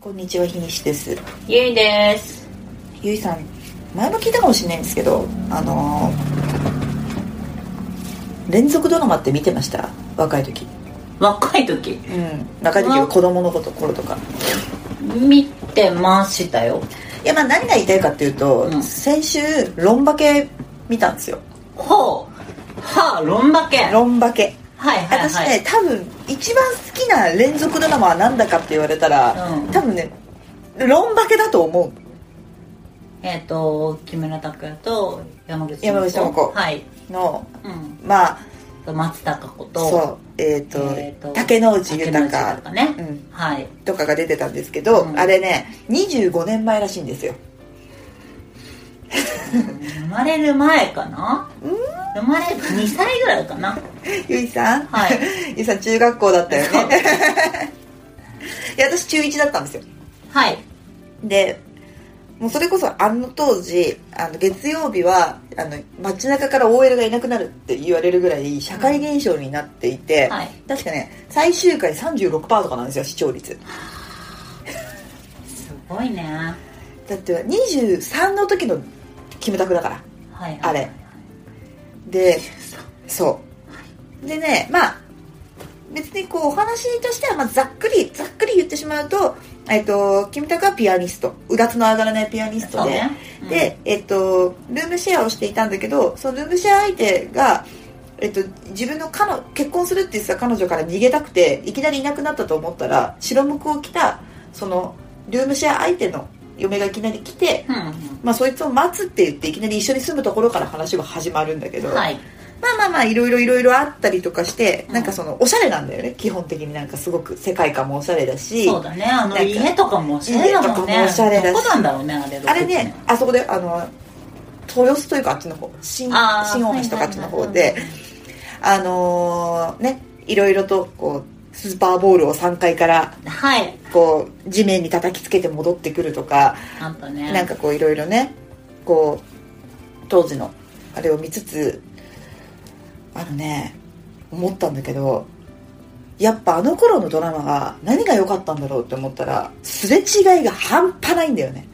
こんにちは、ひにしです。ゆいです。ゆいさん、前も聞いたかもしれないんですけど、あのー連続ドラマって見てました若い時。若い時うん。若い時は子供のこと、頃とか。見てましたよ。いや、まあ何が言いたいかっていうと、うん先週、ロンバケ見たんですよ。ほう。はあ、ロンバケ。はいロンバケ。はいはい。私ね、多分、一番好きな連続ドラマは何だかって言われたら、うん多分ね、ロンバケだと思う。えっ、と、木村拓哉と山口山口智子はい。の、うん。まあ、と松たか子と、そう、えっ、と、えーと竹野内竹野豊内豊かね。うんはい。とかが出てたんですけど、うんあれね25年前らしいんですよ 生まれる前かな生まれる2歳ぐらいかな。ゆいさん、はい。 ゆいさん中学校だったよそ うねいや私中1だったんですよはい。でもうそれこそあの当時あの月曜日はあの街中から OL がいなくなるって言われるぐらい社会現象になっていて、はい。確かね最終回36%とかなんですよ視聴率すごいね。だって23の時のキムタクだからはい、はい。あれでそうでねまあ別にこうお話としてはまあざっくりざっくり言ってしまうと,、えっとキムタクはピアニストうだつの上がらないピアニスそトうで、ね。うん、で、えっと、ルームシェアをしていたんだけどそのルームシェア相手が、えっと、自分の彼女結婚するって言ってた彼女から逃げたくていきなりいなくなったと思ったら白無垢を着たそのルームシェア相手の嫁がいきなり来て、うんうん。まあ、そいつを待つって言っていきなり一緒に住むところから話は始まるんだけど、はい。まあまあまあいろいろいろいろあったりとかしてうんなんかそのおしゃれなんだよね基本的になんかすごく世界観もおしゃれだしそうだね。あなんのか家とかもおしゃれだもん家とかもね。おしゃれだしどこなんだろうね、あれ。あれねあそこであの豊洲というかあっちの方新あー新大橋とかあっちの方はいはでいはいあのーねいろいろとこうスーパーボールを3階からはいこう地面に叩きつけて戻ってくるとかあったねなんかこういろいろねこう当時のあれを見つつあのね思ったんだけどやっぱあの頃のドラマが何が良かったんだろうって思ったらすれ違いが半端ないんだよね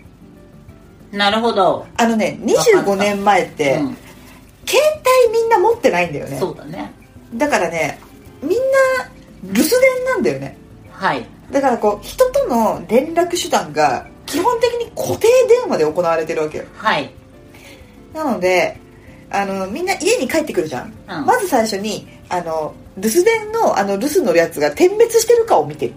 なるほど、あのねわか25った年前ってうん携帯みんな持ってないんだよねそうだねだからねみんな留守電なんだよねはいだからこう人との連絡手段が基本的に固定電話で行われてるわけよはい、なのであのみんな家に帰ってくるじゃん、うんまず最初にあの留守電のあの留守のやつが点滅してるかを見てる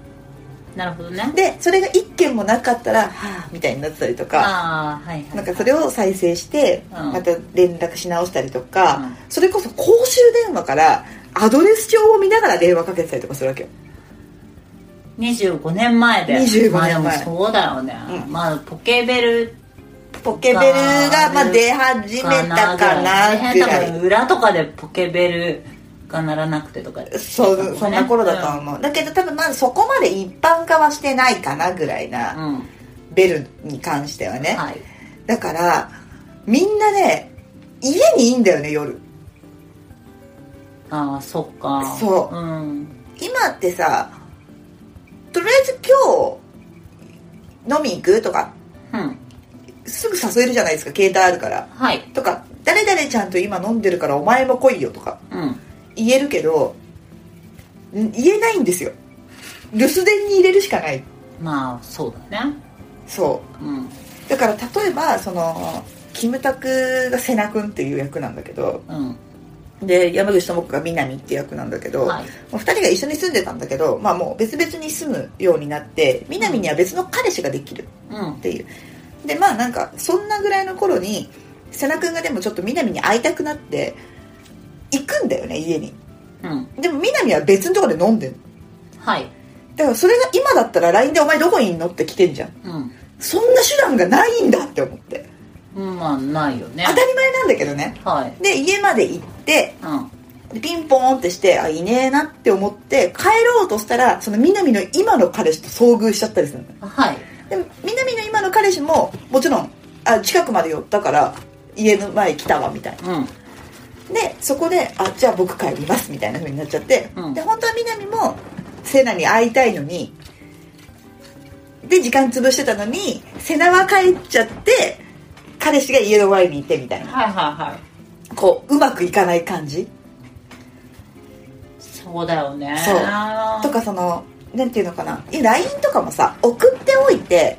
なるほどねでそれが一件もなかったら「はあ」みたいになってたりとかああはいはいなんかそれを再生してうんまた連絡し直したりとか、うんそれこそ公衆電話からアドレス帳を見ながら電話かけてたりとかするわけよ25年前で25年前まあでもそうだよね、うんまあポケベルポケベルがまあ出始かめなたかなぐぐららいい多分裏とかでポケベルが鳴らなくてとかそうそんな頃だとは思う、だけど多分まだそこまで一般化はしてないかなぐらいな、うん、うんベルに関してはね、はいだからみんなね家にいいんだよね夜ああそっかそううん今ってさとりあえず今日飲み行くとかうんすぐ誘えるじゃないですか携帯あるからはいとか誰々ちゃんと今飲んでるからお前も来いよとかうん言えるけどん言えないんですよ留守電に入れるしかないまあそうだねそううんだから例えばそのキムタクが瀬名君っていう役なんだけどうで山口智子が南っていう役なんだけど、んはいもう2人が一緒に住んでたんだけど、まあ、もう別々に住むようになって南には別の彼氏ができるうんっていうでまあなんかそんなぐらいの頃に瀬名君がでもちょっと南に会いたくなって行くんだよね家にうんでも南は別のところで飲んでるはいだからそれが今だったら LINE で「お前どこにいんの?」って来てんじゃんうんそんな手段がないんだって思ってうんまあないよね当たり前なんだけどねはいで家まで行ってうんでピンポーンってしてあいねえなって思って帰ろうとしたらその南の今の彼氏と遭遇しちゃったりするのはいで南の今の彼氏ももちろんあ近くまで寄ったから家の前来たわみたいなうんでそこであじゃあ僕帰りますみたいな風になっちゃって、うんで本当は南もセナに会いたいのにで時間潰してたのに瀬名は帰っちゃって彼氏が家の前にいてみたいなはいはいこううまくいかない感じそうだよねそうとかそのなんていうのかな LINE とかもさ送っておいて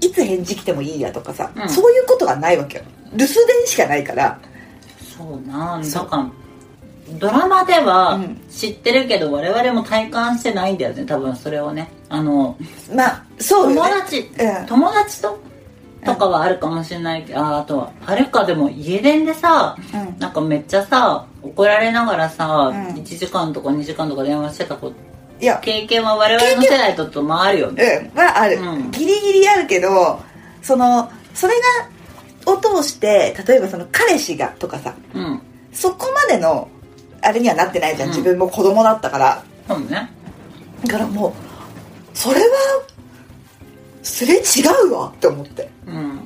いつ返事来てもいいやとかさ、うんそういうことがないわけよ留守電しかないからそうなんそだうかドラマでうはん知ってるけど我々も体感してないんだよね多分それをねあのまあそう友よね達うん友達ととかはあるかもしれないけどああとはあれかでも家電でさうんなんかめっちゃさ怒られながらさ、うん1時間とか2時間とか電話してた子いや経験は我々の世代とともあるよねうんはある、うんギリギリあるけどそのそれがを通して例えばその彼氏がとかさうんそこまでのあれにはなってないじゃん、うん自分も子供だったからそうねだからもうそれはすれ違うわって思ってうん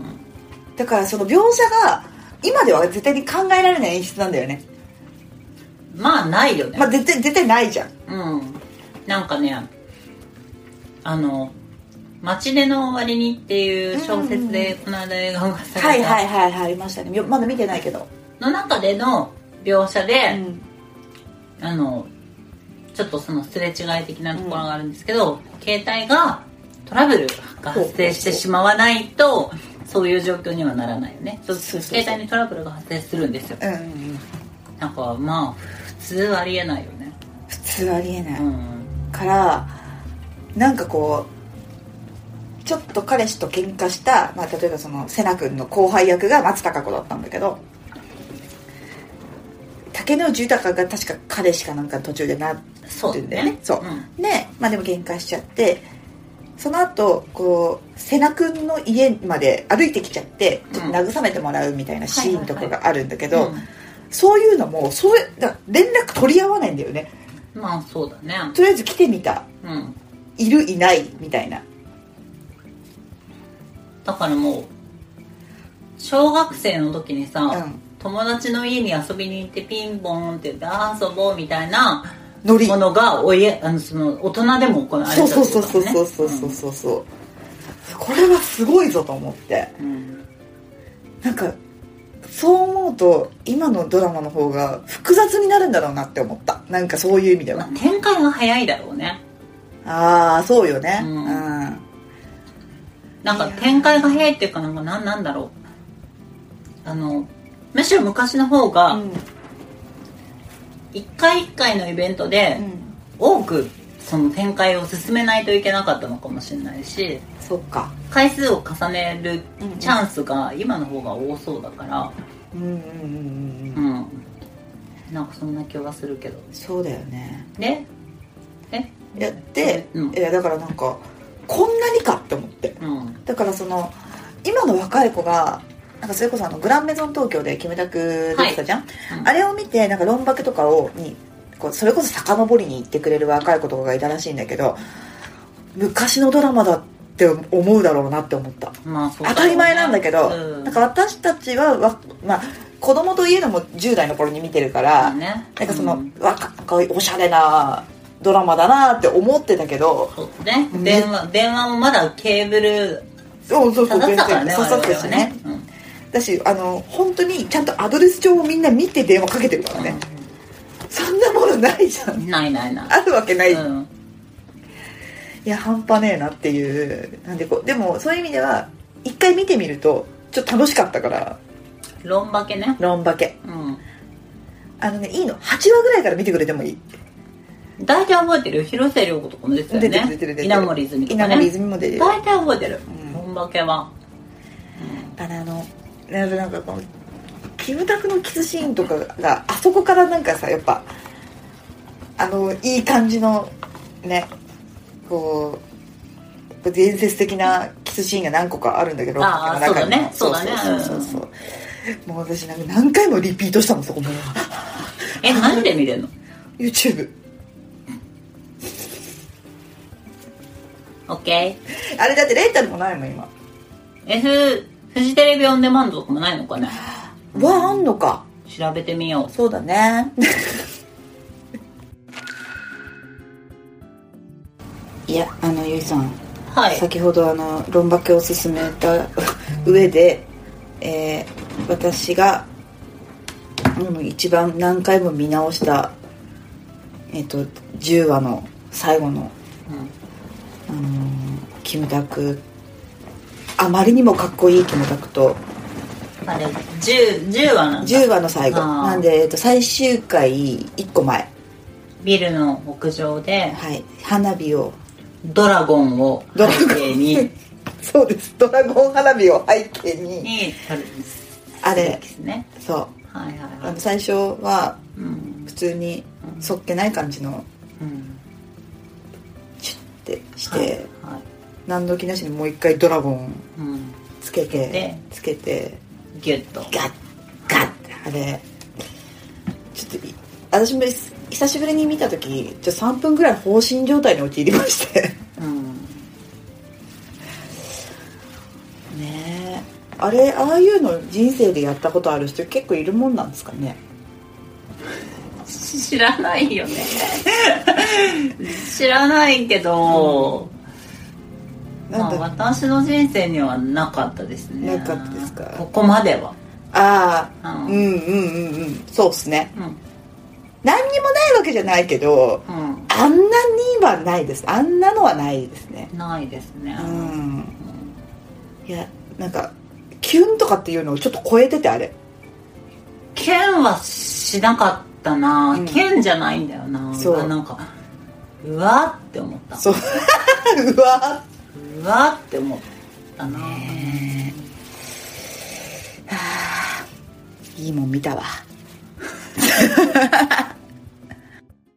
だからその描写が今では絶対に考えられない演出なんだよね、まあないよね、まあ、絶対絶対ないじゃんうんなんかねあの「街での終わりに」っていう小説でこの間映画がさはれいはいたはいはいありましたねよまだ見てないけど、の中での描写で、うんあのちょっとそのすれ違い的なところがあるんですけど、携帯がトラブルが発生してしまわないとそういう状況にはならないよねそうそうそうそう携帯にトラブルが発生するんですようんうん、なんかまあ普通ありえないよね普通ありえない、うんからなんかこうちょっと彼氏と喧嘩した、まあ、例えばその瀬名君の後輩役が松たか子だったんだけど竹野内豊が確か彼氏かなんか途中でなってそうだるよんだよねねそう、で、まあ、でも喧嘩しちゃってその後こう瀬名君の家まで歩いてきちゃってちょっと慰めてもらうみたいなシーンとかがあるんだけど、うんそういうのもそういうだから連絡取り合わないんだよねうんまあそうだねとりあえず来てみたうんいるいないみたいなだからもう小学生の時にさ、うん友達の家に遊びに行ってピンポンって言ってあー遊ぼうみたいなノリものがお家あのその大人でも行われたそうそうそうそうってことねそうそうそうそうそうこれはすごいぞと思ってうんうんなんかそう思うと今のドラマの方が複雑になるんだろうなって思ったなんかそういう意味でまあは展開が早いだろうねああそうよねううんん、なんか展開が早いっていうかなんかなんなんだろうあのむしろ昔の方うがん一回一回のイベントでうん多くその展開を進めないといけなかったのかもしれないしそっか回数を重ねるうんうんチャンスが今の方が多そうだからうんうんうんううんんなんかそんな気はするけどそうだよねねえやって、うんいやだからなんかこんなにかって思ってうんだからその今の若い子がなんかそれこそあのグランメゾン東京でキムタクできたじゃん、うんあれを見てなんかロンバケとかをにこうそれこそ遡りに行ってくれる若い子とかがいたらしいんだけど昔のドラマだって思うだろうなって思ったまあそう当だろうたねり前なんだけど、うんなんか私たちはわ、まあ、子供といえども10代の頃に見てるから、ねなんかそうの若いおしゃれなドラマだなって思ってたけどそうねね電話電話もまだケーブルそうそうそたうだったからねそうそうそうそうね我々はねだしあの本当にちゃんとアドレス帳をみんな見て電話かけてるからね、そんなものないじゃうんんないないないあるわけない、いうんや半端ねえなっていうなんでこうでもそういう意味では一回見てみるとちょっと楽しかったからロンバケねロンバケうんあのねいいの8話ぐらいから見てくれてもいい、大体覚えてるよ広末涼子とかもですよ出てる出ねてる出てる稲森泉とか稲森ね泉も出てる大体覚えてるうんロンバケはあのあのなんかこのキムタクのキスシーンとかがあそこからなんかさやっぱあのいい感じのねこう伝説的なキスシーンが何個かあるんだけどあーロッキーの中にもそうだねそうだねそうそうそうそうもう私なんか何回もリピートしたもんそこもえ何で見れるの YouTube OK あれだってレンタルもないもん今 F フジテレビオンデマンドとかもないのかねうわあんのか調べてみよそうだねいやあのゆいさんうはい先ほどあの論破けを進めた上で、えー私がうん一番何回も見直した、えっと10話の最後の、うんあのーキムタクあまりにもかっこいいキムタクとまあでも 10, 10話なんだ10話の最後あーなんで、えっと最終回1個前、ビルの屋上ではい、花火をドラゴンをドラ背景に そうですドラゴン花火を背景にに撮るんですあれですねそうはいはいはあいの最初はうん普通にそっけない感じのうんチュッてして、はいはい何の気なしにもう一回ドラゴンうんつけてでつけてギュッとガッガッてあれちょっとい私もす久しぶりに見た時ちょっと3分ぐらい放心状態に陥りましてうんねえあれああいうの人生でやったことある人結構いるもんなんですかね知らな いよね知らないけど、なまんあだ、私の人生にはなかったですねなかったですかここまではああううんんうんうんうんそうっすねうん何にもないわけじゃないけどうあんなにはないですあんなのはないですねんないですね、うんいやなんかキュンとかっていうのをちょっと超えててあれ剣はしなかったな、うん剣じゃないんだよなそうなんかうわって思ったそう うわうわって思ったな、いいもん見たわ